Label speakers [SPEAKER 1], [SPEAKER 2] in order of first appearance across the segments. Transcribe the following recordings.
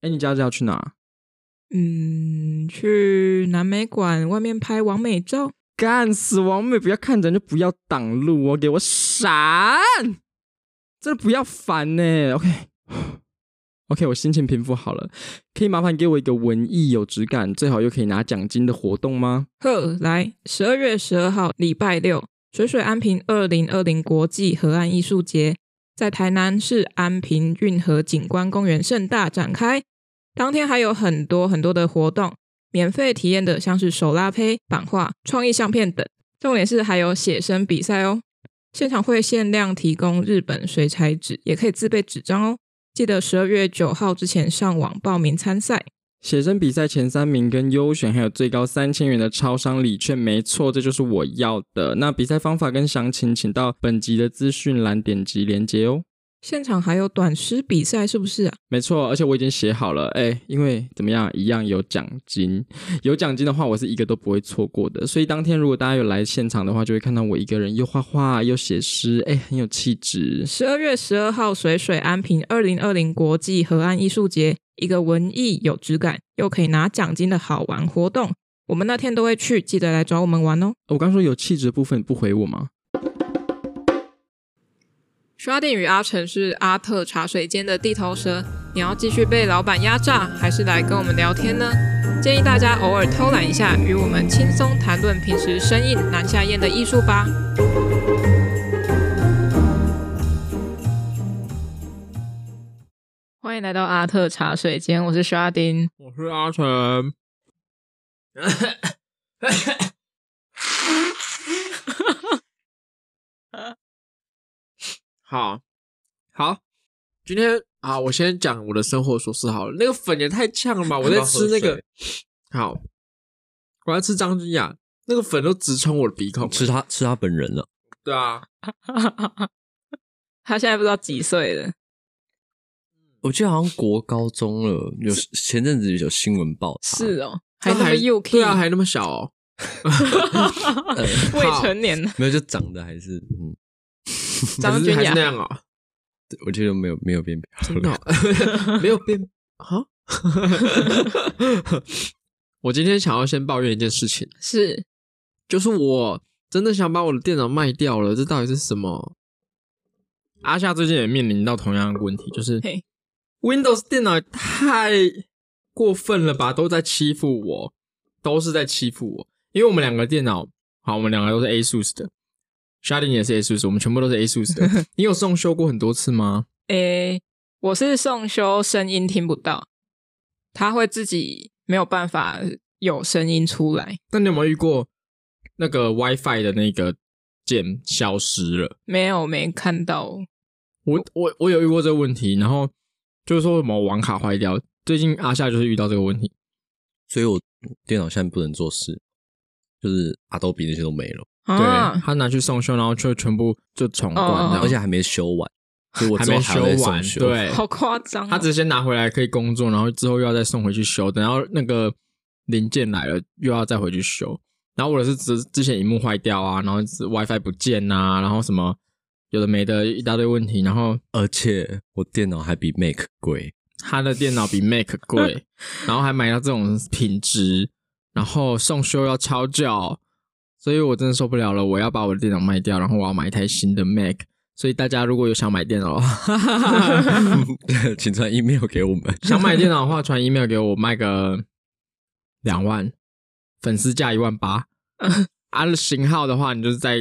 [SPEAKER 1] 哎，你假日要去哪？
[SPEAKER 2] 嗯，去南美馆外面拍完美照。
[SPEAKER 1] 干死王妹！不要看人就不要挡路哦，给我闪！真的不要烦呢、OK，OK，、我心情平复好了。可以麻烦给我一个文艺有质感，最好又可以拿奖金的活动吗？
[SPEAKER 2] 呵，来，十二月十二号礼拜六，水水安平二零二零国际河岸艺术节在台南市安平运河景观公园盛大展开。当天还有很多很多的活动，免费体验的像是手拉胚、版画、创意相片等。重点是还有写生比赛哦。现场会限量提供日本水彩纸，也可以自备纸张哦。记得十二月九号之前上网报名参赛。
[SPEAKER 1] 写生比赛前三名跟优选，还有最高三千元的超商礼券，没错，这就是我要的。那比赛方法跟详情，请到本集的资讯栏点击连接哦。
[SPEAKER 2] 现场还有短诗比赛，是不是啊？
[SPEAKER 1] 没错，而且我已经写好了，哎、因为怎么样，一样有奖金，有奖金的话，我是一个都不会错过的。所以当天如果大家有来现场的话，就会看到我一个人又画画又写诗，哎、很有气质。
[SPEAKER 2] 十二月十二号，水水安平二零二零国际河岸艺术节，一个文艺有质感又可以拿奖金的好玩活动。我们那天都会去，记得来找我们玩哦。
[SPEAKER 1] 我刚说有气质的部分不回我吗？
[SPEAKER 2] 刷店与阿成是阿特茶水间的地头蛇，你要继续被老板压榨，还是来跟我们聊天呢？建议大家偶尔偷懒一下，与我们轻松谈论平时生硬难下咽的艺术吧。欢迎来到阿特茶水间，我是刷丁。
[SPEAKER 1] 我是阿成。
[SPEAKER 3] 好，好，今天啊，我先讲我的生活琐事好了。那个粉也太呛了吧！我在吃 那个，好，我要吃张君雅，那个粉都直冲我的鼻孔。
[SPEAKER 4] 吃他吃他本人了。
[SPEAKER 3] 对啊，
[SPEAKER 2] 他现在不知道几岁了。
[SPEAKER 4] 我记得好像国高中了，有前阵子有新闻报他，
[SPEAKER 2] 是哦，还
[SPEAKER 3] 那
[SPEAKER 2] 那么幼 K，
[SPEAKER 3] 对啊，还那么小哦。
[SPEAKER 2] 未成年 呢。
[SPEAKER 4] 呃没有就长得还是嗯，
[SPEAKER 2] 张
[SPEAKER 3] 还
[SPEAKER 2] 君
[SPEAKER 3] 是还是那
[SPEAKER 2] 雅，
[SPEAKER 3] 样哦，
[SPEAKER 4] 对我记得没有没有变漂
[SPEAKER 3] 真的
[SPEAKER 4] 亮。
[SPEAKER 3] 哦 没有变啊。 我今天想要先抱怨一件事情，
[SPEAKER 2] 是
[SPEAKER 3] 就是我真的想把我的电脑卖掉了，这到底是什么？阿夏最近也面临到同样的问题，就是
[SPEAKER 2] 嘿
[SPEAKER 3] Windows 电脑也太过分了吧，都在欺负我，都是在欺负我。因为我们两个电脑，好，我们两个都是 ASUS 的 s h a d i n 也是 ASUS，我们全部都是 ASUS 的。你有送修过很多次吗？
[SPEAKER 2] 诶、我是送修声音听不到，他会自己没有办法有声音出来，
[SPEAKER 3] 那你有没有遇过那个 WiFi 的那个键消失了？
[SPEAKER 2] 没有没看到。
[SPEAKER 3] 我我我有遇过这个问题，然后就是说什么网卡坏掉，最近阿夏就是遇到这个问题。
[SPEAKER 4] 所以我电脑现在不能做事，就是阿豆比那些都没了，
[SPEAKER 2] 啊
[SPEAKER 3] 对，他拿去送修，然后就全部就重灌，
[SPEAKER 2] 哦
[SPEAKER 3] 这样
[SPEAKER 4] 而且还没修完，所以我
[SPEAKER 3] 还
[SPEAKER 4] 之后
[SPEAKER 3] 没
[SPEAKER 4] 还要再
[SPEAKER 3] 完
[SPEAKER 4] 送。修。，
[SPEAKER 3] 对，
[SPEAKER 2] 好夸张、
[SPEAKER 3] 他
[SPEAKER 2] 啊！
[SPEAKER 3] 只是先拿回来可以工作，然后之后又要再送回去修，等到那个零件来了又要再回去修。然后我的是之之前荧幕坏掉啊，然后是 WiFi 不见啊，然后什么有的没的一大堆问题，然后
[SPEAKER 4] 而且我电脑还比 Mac 贵，
[SPEAKER 3] 他的电脑比 Mac 贵，然后还买到这种品质，然后送修要超叫，所以我真的受不了了，我要把我的电脑卖掉，然后我要买一台新的 Mac。所以大家如果有想买电脑的话，
[SPEAKER 4] 请传 email 给我们。
[SPEAKER 3] 想买电脑的话，传 email 给我，卖个两万，粉丝价一万八。啊，型号的话，你就是再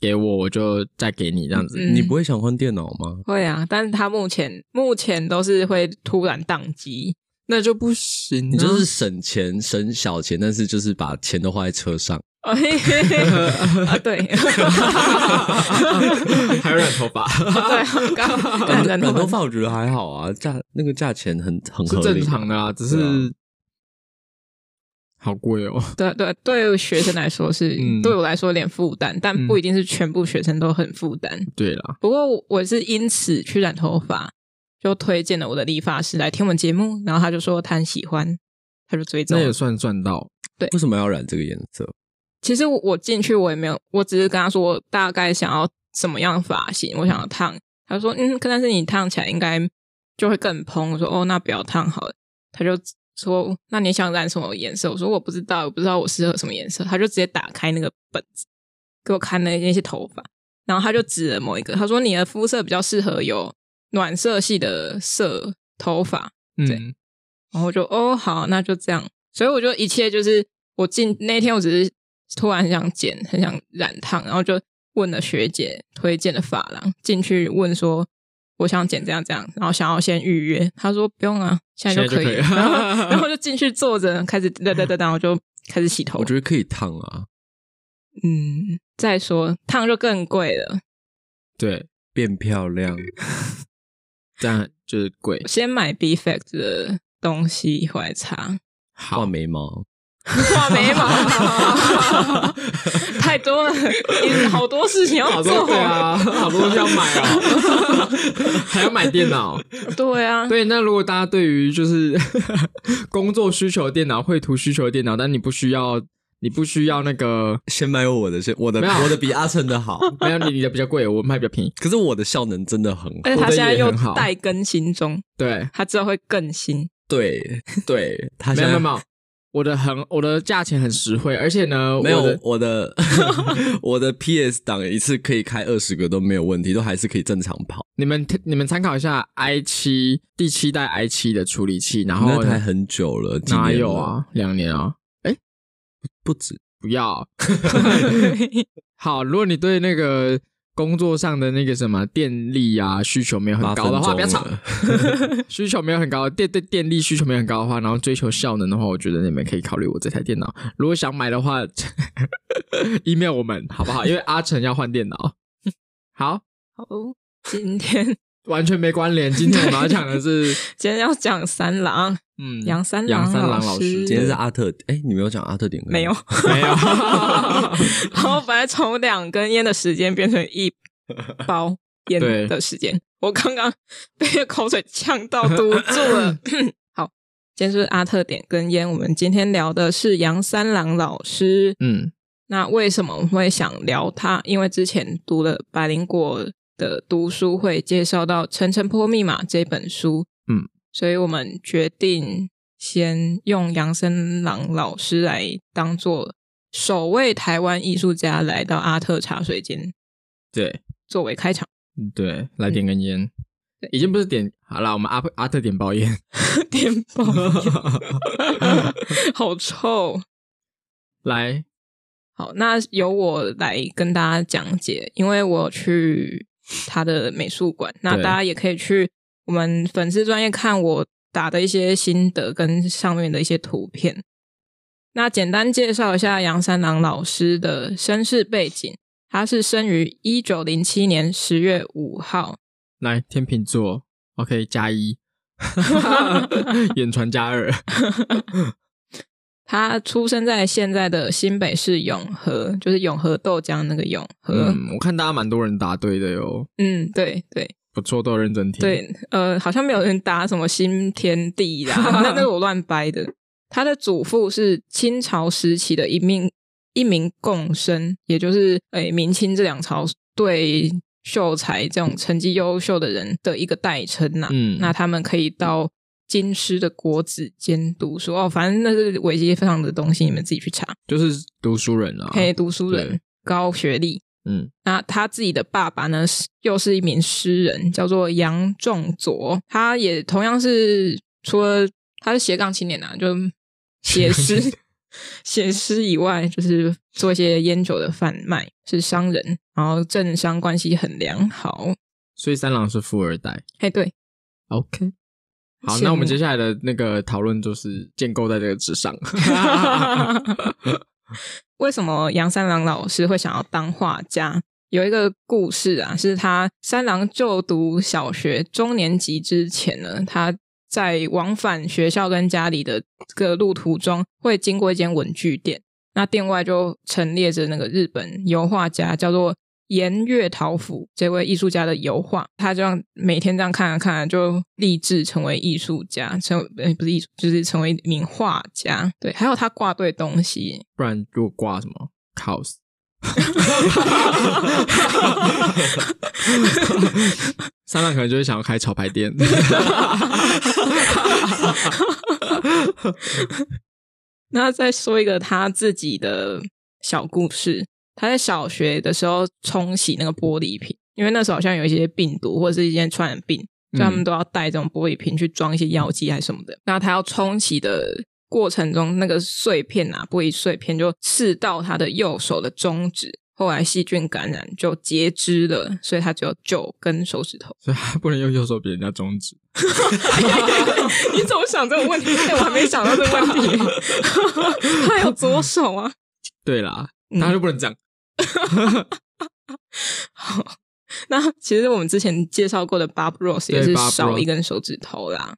[SPEAKER 3] 给我，我就再给你这样子。
[SPEAKER 2] 嗯
[SPEAKER 4] 你不会想换电脑吗？
[SPEAKER 2] 会啊，但是他目前目前都是会突然宕机，
[SPEAKER 3] 那就不行啊、
[SPEAKER 4] 你就是 省钱省小钱，但是就是把钱都花在车上。
[SPEAKER 2] 哦嘿嘿嘿啊，对，
[SPEAKER 3] 还有染头发，
[SPEAKER 2] 对，刚 刚
[SPEAKER 4] 染
[SPEAKER 2] 染头
[SPEAKER 4] 头
[SPEAKER 2] 发
[SPEAKER 4] 发我觉得还好啊，价那个价钱很很合
[SPEAKER 3] 是
[SPEAKER 4] 理，
[SPEAKER 3] 正常的啦，只是、
[SPEAKER 4] 对啊
[SPEAKER 3] 好贵哦。
[SPEAKER 2] 对对，对于学生来说是，
[SPEAKER 3] 嗯
[SPEAKER 2] 对我来说有点负担，但不一定是全部学生都很负担。
[SPEAKER 3] 对啦，
[SPEAKER 2] 不过我是因此去染头发，就推荐了我的理发师来听我们节目，然后他就说他很喜欢，他就追踪
[SPEAKER 3] 那
[SPEAKER 2] 了。
[SPEAKER 3] 也算赚到。
[SPEAKER 4] 为什么要染这个颜色？
[SPEAKER 3] 哦
[SPEAKER 2] 其实我进去我也没有，我只是跟他说我大概想要什么样的发型，我想要烫。他说嗯，但是你烫起来应该就会更蓬。我说哦，那不要烫好了。他就说那你想染什么颜色？我说我不知道，我不知道我适合什么颜色。他就直接打开那个本子给我看那那些头发，然后他就指了某一个，他说你的肤色比较适合有暖色系的色头发。
[SPEAKER 3] 嗯，
[SPEAKER 2] 然后我就哦好，那就这样。所以我就一切就是我进那天，我只是突然很想剪，很想染烫，然后就问了学姐推荐的发廊进去问说。我想剪这样这样，然后想要先预约，他说不用啊，现在就可以。
[SPEAKER 3] 现在就可以
[SPEAKER 2] 然后 然后就进去坐着，开始哒哒哒，然后就开始洗头。
[SPEAKER 4] 我觉得可以烫啊，
[SPEAKER 2] 嗯，再说烫就更贵了，
[SPEAKER 3] 对，
[SPEAKER 4] 变漂亮。
[SPEAKER 3] 但就是贵
[SPEAKER 2] 我。先买 B Fact 的东西回来擦，
[SPEAKER 4] 画眉毛，
[SPEAKER 2] 画眉 毛，太多了，你好多事情要
[SPEAKER 3] 好
[SPEAKER 2] 做
[SPEAKER 3] 多对 啊，好多东西要买哦， 还要买电脑。
[SPEAKER 2] 对啊，
[SPEAKER 3] 对，那如果大家对于就是 工作需求的电脑、绘图需求的电脑，但你不需要，你不需要那个，
[SPEAKER 4] 先买我的，先我的
[SPEAKER 3] 没有啊
[SPEAKER 4] 我的比阿成 的好，
[SPEAKER 3] 没有你你的比较贵，我卖比较便宜。
[SPEAKER 4] 可是我的效能真的很好。
[SPEAKER 2] 而且它现在又
[SPEAKER 3] 我的也很好
[SPEAKER 2] 待更新中，
[SPEAKER 3] 对，
[SPEAKER 2] 它之后会更新。
[SPEAKER 4] 对对，他
[SPEAKER 3] 没
[SPEAKER 4] 现
[SPEAKER 3] 有没有
[SPEAKER 4] 在
[SPEAKER 3] 没有，我的很我的价钱很实惠，而且呢，
[SPEAKER 4] 没
[SPEAKER 3] 我
[SPEAKER 4] 有
[SPEAKER 3] 的
[SPEAKER 4] 我的 我的 PS 档一次可以开二十个都没有问题，都还是可以正常跑。
[SPEAKER 3] 你们你们参考一下 i 七第七代 i 七的处理器，然
[SPEAKER 4] 那
[SPEAKER 3] 后
[SPEAKER 4] 台很久了，几
[SPEAKER 3] 哪
[SPEAKER 4] 年
[SPEAKER 3] 有
[SPEAKER 4] 了？
[SPEAKER 3] 啊，两年啊，
[SPEAKER 4] 不止。
[SPEAKER 3] 不要。好，如果你对那个工作上的那个什么电力啊需求没有很
[SPEAKER 4] 八
[SPEAKER 3] 高的话，
[SPEAKER 4] 分
[SPEAKER 3] 不要
[SPEAKER 4] 钟
[SPEAKER 3] 吵。
[SPEAKER 4] 了
[SPEAKER 3] 需求没有很高，电对电力需求没有很高的话，然后追求效能的话，我觉得你们可以考虑我这台电脑。如果想买的话 ，email 我们好不好？因为阿成要换电脑。好，
[SPEAKER 2] 好，今天
[SPEAKER 3] 完全没关联。今天我们要讲的是，
[SPEAKER 2] 今天要讲三郎，
[SPEAKER 3] 嗯，
[SPEAKER 2] 杨三郎
[SPEAKER 3] 杨三郎
[SPEAKER 2] 老
[SPEAKER 3] 老
[SPEAKER 2] 师
[SPEAKER 3] 师，
[SPEAKER 4] 今天是阿特，哎，你没有讲阿特点歌吗
[SPEAKER 2] 没有，
[SPEAKER 3] 没有
[SPEAKER 2] 然后本来从两根烟的时间变成一包烟
[SPEAKER 3] 对
[SPEAKER 2] 的时间，我刚刚被口水呛到堵住 了。嗯好，今天是阿特点根烟，我们今天聊的是杨三郎老师。
[SPEAKER 3] 嗯，
[SPEAKER 2] 那为什么我会想聊他？因为之前读了百灵果的读书会，介绍到《层层破密码》这本书，
[SPEAKER 3] 嗯，
[SPEAKER 2] 所以我们决定先用杨森郎老师来当做首位台湾艺术家来到阿特茶水间
[SPEAKER 3] 对
[SPEAKER 2] 作为开场，
[SPEAKER 3] 对，来点根烟。
[SPEAKER 2] 对
[SPEAKER 3] 已经不是点好了，我们阿阿特点包 烟。
[SPEAKER 2] 电报好臭。
[SPEAKER 3] 来，
[SPEAKER 2] 好，那由我来跟大家讲解，因为我去他的美术馆，那
[SPEAKER 3] 对
[SPEAKER 2] 大家也可以去我们粉丝专业看我打的一些心得跟上面的一些图片。那简单介绍一下杨三郎老师的身世背景，他是生于一九零七年十月五号，
[SPEAKER 3] 来，天秤座，OK 加 一，远传加二，
[SPEAKER 2] 他出生在现在的新北市永和，就是永和豆浆那个永和。
[SPEAKER 3] 嗯，我看大家蛮多人答对的哟，
[SPEAKER 2] 嗯，对对，
[SPEAKER 3] 不错，都有认真听。，
[SPEAKER 2] 对，呃，好像没有人答什么新天地 啦，那那个我乱掰的。他的祖父是清朝时期的一名一名贡生，也就是诶明清这两朝对秀才这种成绩优秀的人的一个代称呐、
[SPEAKER 3] 嗯
[SPEAKER 2] 那他们可以到京师的国子监读书哦，反正那是维基上的东西，你们自己去查。
[SPEAKER 3] 就是读书人啊。
[SPEAKER 2] 嘿，读书人
[SPEAKER 3] 对，
[SPEAKER 2] 高学历。
[SPEAKER 3] 嗯，
[SPEAKER 2] 那他自己的爸爸呢，是又是一名诗人，叫做杨仲佐，他也同样是除了他是斜杠青年啊，就写诗、 写诗以外，就是做一些烟酒的贩卖，是商人，然后政商关系很良好。
[SPEAKER 3] 所以三郎是富二代。
[SPEAKER 2] 哎，对，
[SPEAKER 3] OK，好
[SPEAKER 2] 羡，慕
[SPEAKER 3] 那我们接下来的那个讨论就是建构在这个之 上。
[SPEAKER 2] 为什么杨三郎老师会想要当画家？有一个故事啊，是他三郎就读小学中年级之前呢，他在往返学校跟家里的这个路途中，会经过一间文具店，那店外就陈列着那个日本油画家叫做岩月桃甫这位艺术家的油画，他这样每天这样看啊看啊，就立志成为艺术家，成呃不是艺术，就是成为一名画家。对，还有他挂对东西，
[SPEAKER 3] 不然如果挂什么 cos， 三浪可能就会想要开潮牌店。。
[SPEAKER 2] 那再说一个他自己的小故事。他在小学的时候冲洗那个玻璃瓶，因为那时候好像有一些病毒或者是一些传染病，所以他们都要带这种玻璃瓶去装一些药剂还是什么的。那他要冲洗的过程中，那个碎片啊，玻璃碎片就刺到他的右手的中指，后来细菌感染就截肢了，所以他只有九根手指头
[SPEAKER 3] 所以他不能用右手比人家中指。
[SPEAKER 2] 你怎么想这种问题？哎我还没想到这个问题。他有左手啊。
[SPEAKER 3] 对啦，
[SPEAKER 2] 嗯
[SPEAKER 3] 他就不能这样。
[SPEAKER 2] 好， 那其实我们之前介绍过的 Bob Ross
[SPEAKER 3] 对
[SPEAKER 2] 也是
[SPEAKER 3] Bob
[SPEAKER 2] 少
[SPEAKER 3] Ross
[SPEAKER 2] 一根手指头啦，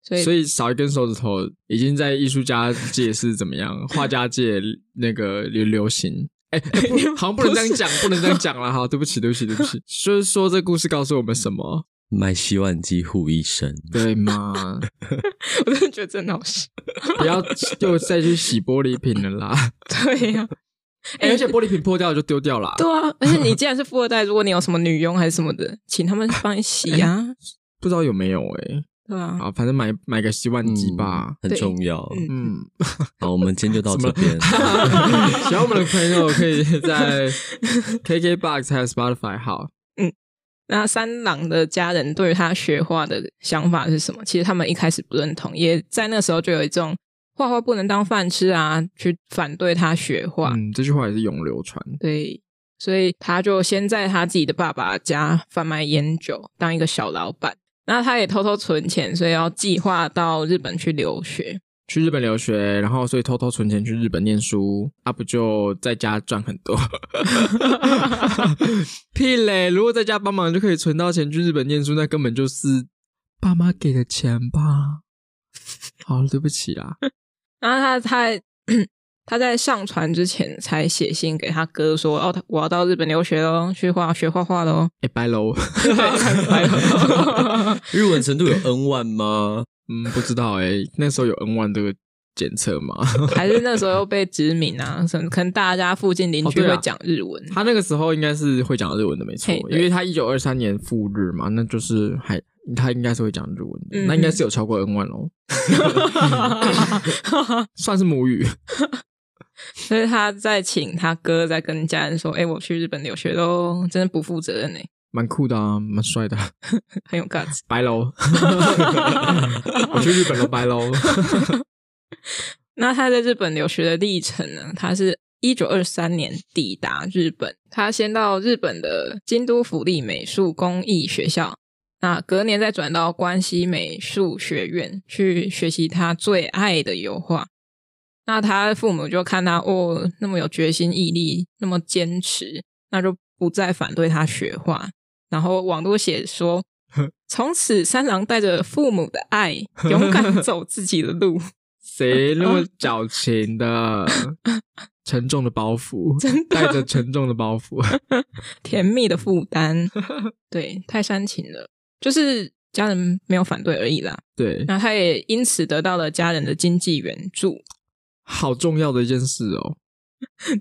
[SPEAKER 2] 所以
[SPEAKER 3] 所以少一根手指头，已经在艺术家界是怎么 样？画家界那个流流行。哎、哎 不好像不能这样讲，不能这样讲了哈。对不起，对不起，对不 起。就是说，这故事告诉我们什么？
[SPEAKER 4] 卖洗碗机护一生，
[SPEAKER 3] 对吗？
[SPEAKER 2] 我真的觉得真的好笑。
[SPEAKER 3] 不要又再去洗玻璃瓶了啦。
[SPEAKER 2] 对呀、
[SPEAKER 3] 哎、而且玻璃瓶破掉了就丢掉啦。
[SPEAKER 2] 对啊，而且你既然是富二代，如果你有什么女佣还是什么的，请他们帮你洗 啊，
[SPEAKER 3] 不知道有没有哎、
[SPEAKER 2] 对啊，
[SPEAKER 3] 啊，反正买买个洗
[SPEAKER 4] 嗯
[SPEAKER 3] 碗机吧。
[SPEAKER 4] 很
[SPEAKER 2] 对
[SPEAKER 4] 重要。
[SPEAKER 2] 嗯
[SPEAKER 3] 嗯，
[SPEAKER 4] 好，我们今天 就到这边。
[SPEAKER 3] 喜欢我们的朋友可以在 KKBox 还有 Spotify 好。
[SPEAKER 2] 那三郎的家人对于他学画的想法是什么？其实他们一开始不认同，也在那时候就有一种画画不能当饭吃啊，去反对他学画。
[SPEAKER 3] 嗯，这句话也是永流传。
[SPEAKER 2] 对，所以他就先在他自己的爸爸家贩卖烟酒，当一个小老板。那他也偷偷存钱，所以要计划到日本去留学。
[SPEAKER 3] 去日本留学，然后所以偷偷存钱去日本念书，啊不就在家赚很 多？屁嘞！如果在家帮忙就可以存到钱去日本念书，那根本就是爸妈给的钱吧？好，对不起啦，
[SPEAKER 2] 然后他他 他在上船之前才写信给他哥说：“哦，他我要到日本留学喽，去画学画画 喽。
[SPEAKER 3] 哎、拜喽。
[SPEAKER 4] 日文程度有 N 万吗？
[SPEAKER 3] 嗯，不知道哎、那时候有 N 万这个检测吗？”
[SPEAKER 2] 还是那时候被殖民啊，什么可能大家附近邻
[SPEAKER 3] 哦
[SPEAKER 2] 居
[SPEAKER 3] 对啊
[SPEAKER 2] 会讲日文，
[SPEAKER 3] 他那个时候应该是会讲日文的，没错
[SPEAKER 2] 嘿，
[SPEAKER 3] 因
[SPEAKER 2] 对
[SPEAKER 3] 为他一九二三年赴日嘛，那就是还他应该是会讲日文的，
[SPEAKER 2] 嗯
[SPEAKER 3] 那应该是有超过 N 万 喽，算是母语。
[SPEAKER 2] 所以他在请他哥在跟家人说：“哎、我去日本留学喽！”真的不负责任哎、
[SPEAKER 3] 蛮酷的啊，蛮帅的，
[SPEAKER 2] 很有 guts。
[SPEAKER 3] 白 喽！我去日本了，白喽！
[SPEAKER 2] 那他在日本留学的历程呢？他是一九二三年抵达日本，他先到日本的京都府立美术工艺学校，那隔年再转到关西美术学院去学习他最爱的油画。那他父母就看他哦，那么有决心毅力，那么坚持，那就不再反对他学画。然后网络写说，从此三郎带着父母的爱，勇敢走自己的路。
[SPEAKER 3] 谁那么矫情的？沉重的包袱，
[SPEAKER 2] 真的
[SPEAKER 3] 带着沉重的包袱。
[SPEAKER 2] 甜蜜的负担，对，太煽情了，就是家人没有反对而已啦。
[SPEAKER 3] 对，
[SPEAKER 2] 那他也因此得到了家人的经济援助。
[SPEAKER 3] 好重要的一件事哦。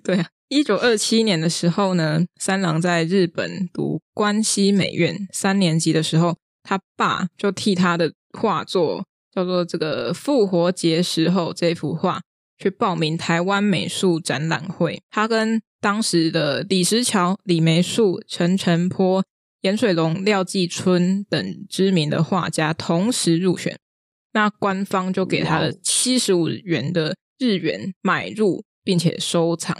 [SPEAKER 2] 对啊，一九二七年的时候呢，三郎在日本读关西美院三年级的时候，他爸就替他的画作叫做这个《复活节时候》这幅画去报名台湾美术展览会。他跟当时的李石桥、李梅树、陈澄波、盐水龙、廖继春等知名的画家同时入选，那官方就给他了七十五元的日元买入，并且收藏。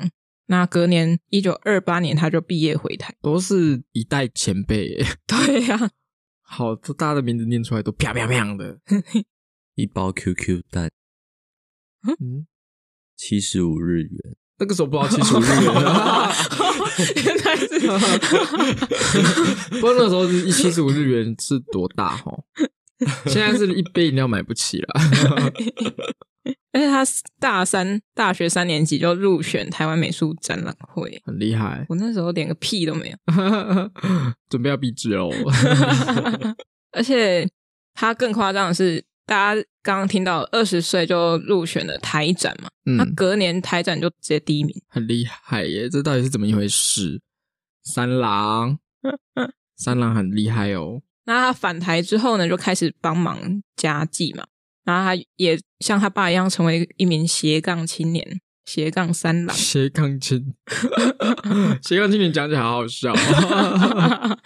[SPEAKER 2] 那隔年一九二八年，他就毕业回台。
[SPEAKER 3] 都是一代前辈耶，
[SPEAKER 2] 对呀、
[SPEAKER 3] 好，这大家的名字念出来都啪啪啪的。
[SPEAKER 4] 一包 QQ 蛋
[SPEAKER 3] 嗯，
[SPEAKER 4] 七十五日元，
[SPEAKER 3] 那个时候不知道清楚日元，
[SPEAKER 2] 哦原来 是
[SPEAKER 3] 不过那时候是一七十五日元是多大 哈？现在是一杯饮料买不起了。
[SPEAKER 2] 而且他大三大学三年级就入选台湾美术展览会，
[SPEAKER 3] 很厉害，
[SPEAKER 2] 我那时候连个屁都 没有。
[SPEAKER 3] 准备要闭嘴喽。
[SPEAKER 2] 而且他更夸张的是，大家刚刚听到二十岁就入选了台展嘛，那
[SPEAKER 3] 嗯，
[SPEAKER 2] 隔年台展就直接第一名。
[SPEAKER 3] 很厉害耶，这到底是怎么一回事？三 郎，三郎很厉害哦，
[SPEAKER 2] 那他返台之后呢，就开始帮忙家计嘛，然后他也像他爸一样成为一名斜杠青年，斜杠 三郎。
[SPEAKER 3] 斜杠青，斜杠青，你讲起来好好 笑哦。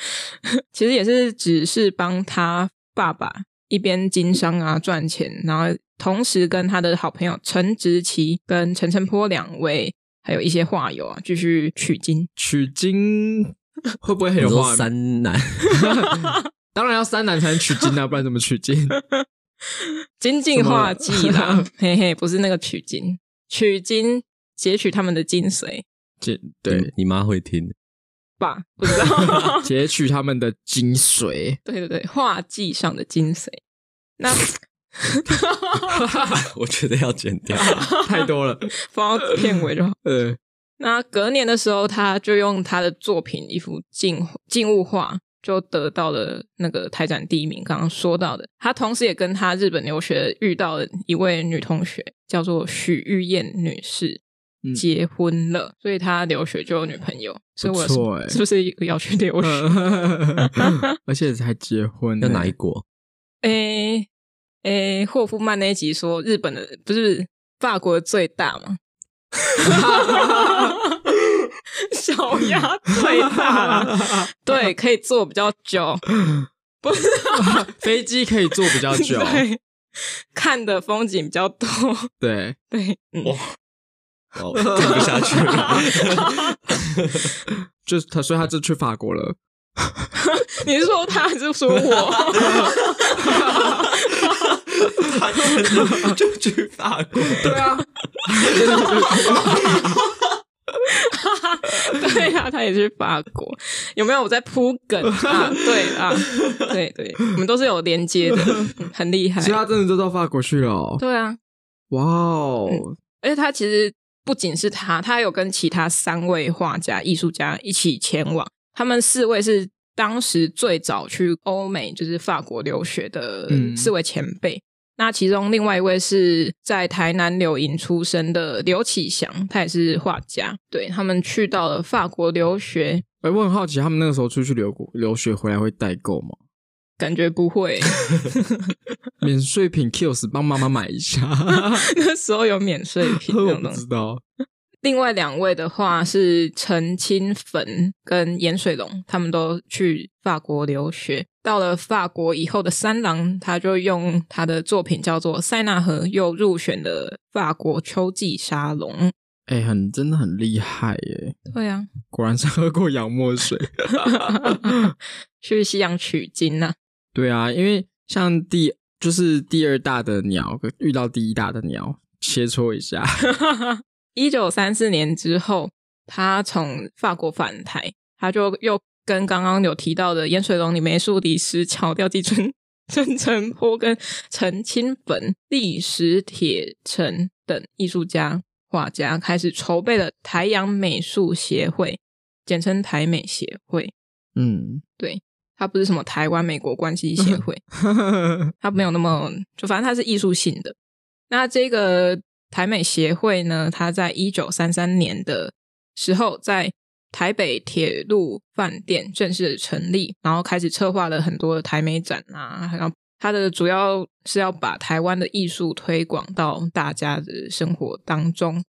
[SPEAKER 2] 其实也是只是帮他爸爸一边经商啊赚钱，然后同时跟他的好朋友陈植奇跟陈澄波两位，还有一些画友啊，继续取经。
[SPEAKER 3] 取经会不会很
[SPEAKER 4] 你
[SPEAKER 3] 有
[SPEAKER 4] 说
[SPEAKER 3] 画面？
[SPEAKER 4] 三男，
[SPEAKER 3] 当然要三男才能取经啊，不然怎么取经？
[SPEAKER 2] 精进画技啦，嘿嘿，不是那个取经，取经截取他们的精髓
[SPEAKER 3] 截对，
[SPEAKER 4] 你，你妈会听。
[SPEAKER 2] 吧？不知道
[SPEAKER 3] 截取他们的精髓。
[SPEAKER 2] 对对对，画技上的精髓。 那
[SPEAKER 4] 我觉得要剪掉。
[SPEAKER 3] 太多了。
[SPEAKER 2] 放到片尾就好。
[SPEAKER 3] 呃，
[SPEAKER 2] 那隔年的时候，他就用他的作品一幅静静物画，就得到了那个台展第一名。刚刚说到的，他同时也跟他日本留学遇到了一位女同学，叫做许玉燕女士
[SPEAKER 3] 嗯。
[SPEAKER 2] 结婚了，所以他留学就有女朋友，所以我
[SPEAKER 3] 不错欸
[SPEAKER 2] 是不是要去留学？
[SPEAKER 3] 而且才结婚欸呢，
[SPEAKER 4] 要哪一 国？
[SPEAKER 2] 诶诶，霍夫曼那一集说日本的不是法国最大 吗？小鸭最大 啦，对，可以坐比较久，
[SPEAKER 3] 飞机可以坐比较久，
[SPEAKER 2] 对，看的风景比较多，
[SPEAKER 3] 对，
[SPEAKER 2] 对，嗯
[SPEAKER 4] 哦，看不下去了。
[SPEAKER 3] 就是他，所以他就去法国了。
[SPEAKER 2] 你是说他还是说我？
[SPEAKER 4] 他真的就去法国，
[SPEAKER 3] 对啊，
[SPEAKER 2] 对呀、啊，他也去法国，有没有？我在铺梗啊，对啊，对对，我们都是有连接 的，嗯很厉害
[SPEAKER 3] 所以，他真的就到法国去了哦。
[SPEAKER 2] 对啊，
[SPEAKER 3] 哇哦，
[SPEAKER 2] 而且他其实不仅是他，他还有跟其他三位画家、艺术家一起前往。他们四位是当时最早去欧美，就是法国留学的
[SPEAKER 3] 嗯
[SPEAKER 2] 四位前辈。那其中另外一位是在台南柳营出生的刘启祥，他也是画家。对他们去到了法国留学，
[SPEAKER 3] 哎，我很好奇，他们那个时候出去留国留学回来会代购吗？
[SPEAKER 2] 感觉不会。
[SPEAKER 3] 免税品 Kills 帮妈妈买一下，
[SPEAKER 2] 那时候有免税品这
[SPEAKER 3] 我
[SPEAKER 2] 种
[SPEAKER 3] 不
[SPEAKER 2] 东西
[SPEAKER 3] 知。道。
[SPEAKER 2] 另外两位的话是陈清汾跟盐水龙，他们都去法国留学。到了法国以后的三郎，他就用他的作品叫做《塞纳河》，又入选了法国秋季沙龙。
[SPEAKER 3] 哎，很真的很厉害耶，
[SPEAKER 2] 对啊，
[SPEAKER 3] 果然是喝过洋墨水。
[SPEAKER 2] 去西洋取经呐、
[SPEAKER 3] 对啊，因为像第就是第二大的鸟遇到第一大的鸟，切磋一下。
[SPEAKER 2] 一九三四年之后，他从法国返台，他就又跟刚刚有提到的盐水龙、李梅树、李石桥、廖继春、郑成波跟陈清汾、历史铁城等艺术家、画家开始筹备了台阳美术协会，简称台美协会。
[SPEAKER 3] 嗯，
[SPEAKER 2] 它不是什么台湾美国关系协会，它没有那么，就反正它是艺术性的。那这个台美协会呢，它在一九三三年的时候在台北铁路饭店正式成立，然后开始策划了很多的台美展啊，然后它的主要是要把台湾的艺术推广到大家的生活当中。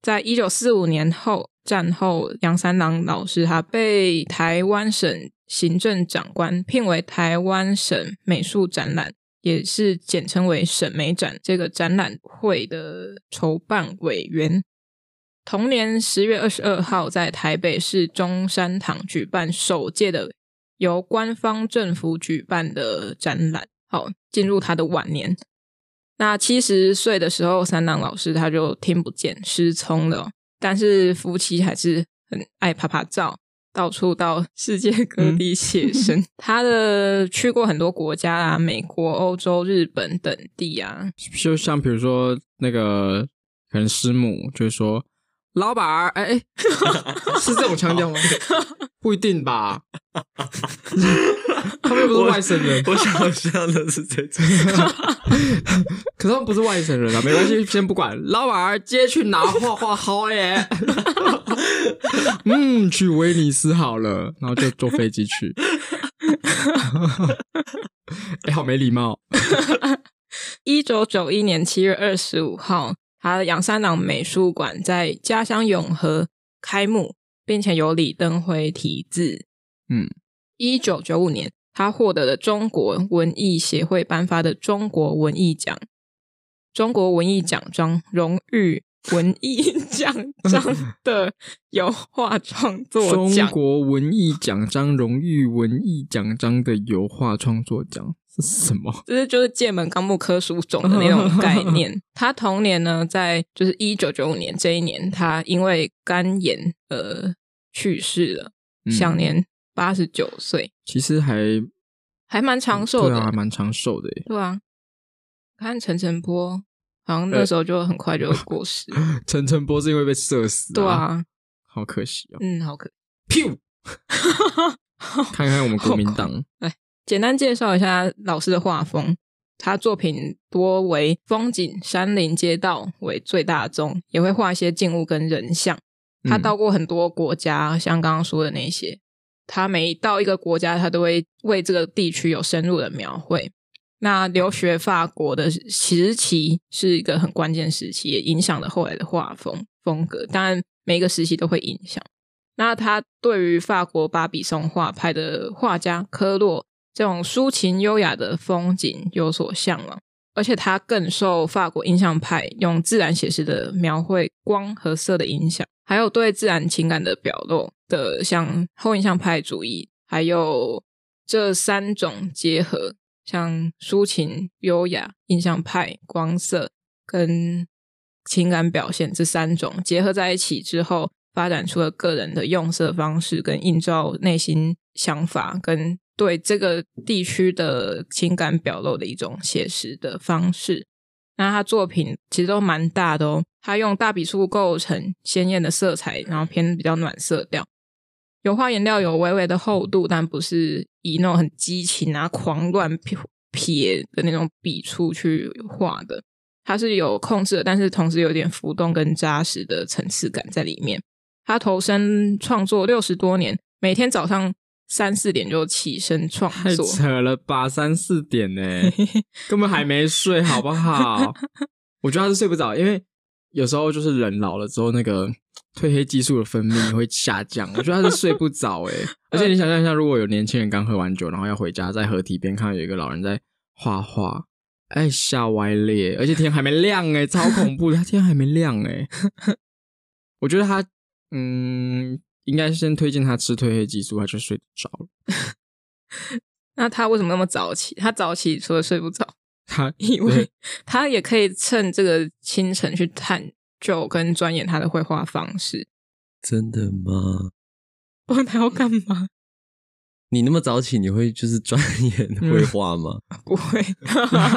[SPEAKER 2] 在一九四五年后战后，杨三郎老师他被台湾省行政长官聘为台湾省美术展览，也是简称为省美展这个展览会的筹办委员。同年十月二十二号，在台北市中山堂举办首届的由官方政府举办的展览。好，进入他的晚年，那七十岁的时候，三郎老师他就听不见，失聪了哦。但是夫妻还是很爱拍拍照，到处到世界各地写生。他的去过很多国家啊，美国、欧洲、日本等地啊。
[SPEAKER 3] 就像比如说那个可能师母就会说老板儿，哎、 哎，是这种腔调吗？不一定吧， 他们又不是外省人，
[SPEAKER 4] 我想象的是这种，
[SPEAKER 3] 可是他们不是外省人啊，没关 系，先不管。老板儿，接去拿画画好 耶。嗯，去威尼斯好了，然后就坐飞机 去。哎、好没礼貌。
[SPEAKER 2] 一九九一年七月二十五号，他的杨三郎美术馆在家乡永和开幕，并且由李登辉题字。
[SPEAKER 3] 嗯，
[SPEAKER 2] 一九九五年，他获得了中国文艺协会颁发的中国文艺奖、中国文艺奖章荣誉文艺 奖章的油画创作
[SPEAKER 3] 中
[SPEAKER 2] 奖。
[SPEAKER 3] 国文艺奖章荣誉文艺奖章的油画创作奖是什么？
[SPEAKER 2] 这是就是界门纲目科属种的那 种概念。他同年呢，在就是一九九五年这一年，他因为肝炎呃去世了，
[SPEAKER 3] 嗯
[SPEAKER 2] 享年八十九岁，
[SPEAKER 3] 其实还
[SPEAKER 2] 还蛮长寿的，
[SPEAKER 3] 对啊，还蛮长寿的耶。
[SPEAKER 2] 对啊看陈晨波，好
[SPEAKER 3] 呃
[SPEAKER 2] 像那时候就很快就过世，
[SPEAKER 3] 陈晨波是因为被射死、
[SPEAKER 2] 对，啊，
[SPEAKER 3] 好可惜哦。
[SPEAKER 2] 嗯，好可。
[SPEAKER 3] 噗，看看我们国民党，
[SPEAKER 2] 简单介绍一下老师的画风。他作品多为风景、山林、街道为最大宗，也会画一些静物跟人像。他
[SPEAKER 3] 嗯
[SPEAKER 2] 到过很多国家，像刚刚说的那些，他每到一个国家，他都会为这个地区有深入的描绘。那留学法国的时期是一个很关键时期，也影响了后来的画风风格。当然，每一个时期都会影响。那他对于法国巴比松画派的画家科洛这种抒情优雅的风景有所向往，而且他更受法国印象派用自然写实的描绘光和色的影响，还有对自然情感的表露的，像后印象派主义，还有这三种结合，像抒情、优雅、印象派、光色跟情感表现这三种结合在一起之后，发展出了个人的用色方式，跟映照内心想法，跟对这个地区的情感表露的一种写实的方式。那他作品其实都蛮大的哦，他用大笔触构成鲜艳的色彩，然后偏比较暖色调。油画颜料有微微的厚度，但不是以那种很激情啊、狂乱撇撇的那种笔触去画的。它是有控制的，但是同时有点浮动跟扎实的层次感在里面。他投身创作六十多年，每天早上三四点就起身创
[SPEAKER 3] 太
[SPEAKER 2] 作，
[SPEAKER 3] 扯了吧，三四点呢、根本还没睡，好不好？ 我觉得他是睡不着，因为有时候就是人老了之后，那个褪黑激素的分泌会下降。我觉得他是睡不着哎、而且你想象一下，如果有年轻人刚喝完酒，然后要回家，在河堤边看到有一个老人在画画，哎，吓歪咧！而且天还没亮哎、超恐怖的，他天还没亮哎、我觉得他嗯，应该先推荐他吃褪黑激素，他就睡得着了。
[SPEAKER 2] 那他为什么那么早起？他早起除了睡不着，
[SPEAKER 3] 他
[SPEAKER 2] 因
[SPEAKER 3] 对
[SPEAKER 2] 为 他也可以趁这个清晨去探究跟钻研他的绘画方式。
[SPEAKER 4] 真的吗？
[SPEAKER 2] 不然他要干嘛？
[SPEAKER 4] 你那么早起，你会就是钻研绘画吗？
[SPEAKER 2] 不会，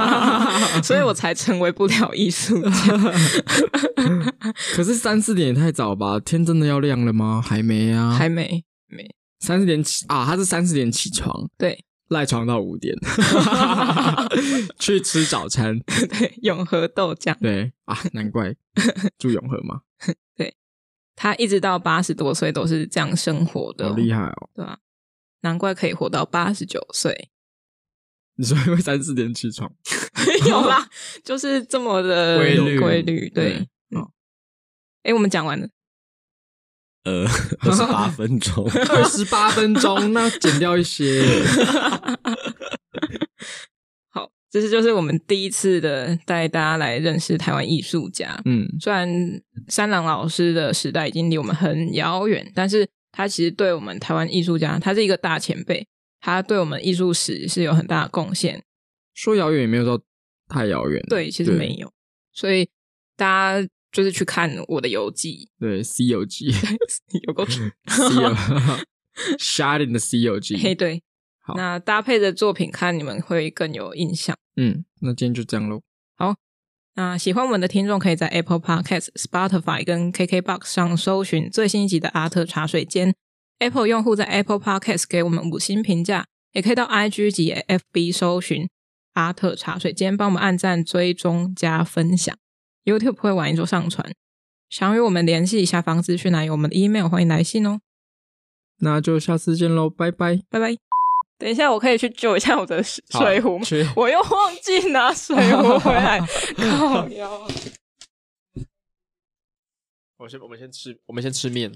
[SPEAKER 2] 所以我才成为不了艺术家。
[SPEAKER 3] 可是三四点也太早吧？天真的要亮了吗？还没啊，
[SPEAKER 2] 还没，
[SPEAKER 3] 三四点起啊？他是三四点起床，
[SPEAKER 2] 对，
[SPEAKER 3] 赖床到五点， 去吃早餐。
[SPEAKER 2] 对，永和豆浆，
[SPEAKER 3] 对啊，难怪 住永和嘛，
[SPEAKER 2] 他一直到八十多岁都是这样生活的、
[SPEAKER 3] 好厉害哦！
[SPEAKER 2] 对吧、难怪可以活到八十九 岁，
[SPEAKER 3] 你说因为三四点起床，
[SPEAKER 2] 没有啦，就是这么的
[SPEAKER 3] 规律
[SPEAKER 2] 规律，对，
[SPEAKER 3] 对
[SPEAKER 2] 嗯
[SPEAKER 3] 好。
[SPEAKER 2] 哎、我们讲完了，
[SPEAKER 4] 呃，二十八分钟，
[SPEAKER 3] 二十八分 钟，那减掉一些。
[SPEAKER 2] 好，这是就是我们第一次的带大家来认识台湾艺术家。
[SPEAKER 3] 嗯，
[SPEAKER 2] 虽然三郎老师的时代已经离我们很遥远，但是他其实对我们台湾艺术家，他是一个大前辈，他对我们艺术史是有很大的贡献。
[SPEAKER 3] 说遥远也没有到太遥远。
[SPEAKER 2] 对，其实没有，所以大家就是去看我的游记，
[SPEAKER 3] 对，《西游 记》
[SPEAKER 2] 有够
[SPEAKER 3] 西游 Shot in the 西游 记
[SPEAKER 2] 嘿，》。对，
[SPEAKER 3] 好
[SPEAKER 2] 那搭配着作品看，你们会更有印象。
[SPEAKER 3] 嗯，那今天就这样喽。
[SPEAKER 2] 那喜欢我们的听众可以在 Apple Podcast、Spotify 跟 KKBox 上搜寻最新一集的《阿特茶水间》。Apple 用户在 Apple Podcast 给我们五星评价，也可以到 IG 及 FB 搜寻“阿特茶水间”，帮我们按赞、追踪、加分享。YouTube 会晚一周上传。想与我们联系，下方资讯栏有我们的 email，欢迎来信哦。
[SPEAKER 3] 那就下次见喽，拜拜。
[SPEAKER 2] 拜拜。等一下，我可以去救一下我的水水壶吗？
[SPEAKER 3] 去
[SPEAKER 2] 我又忘记拿水壶回来，靠腰。
[SPEAKER 3] 我先我们先吃，我们先吃面。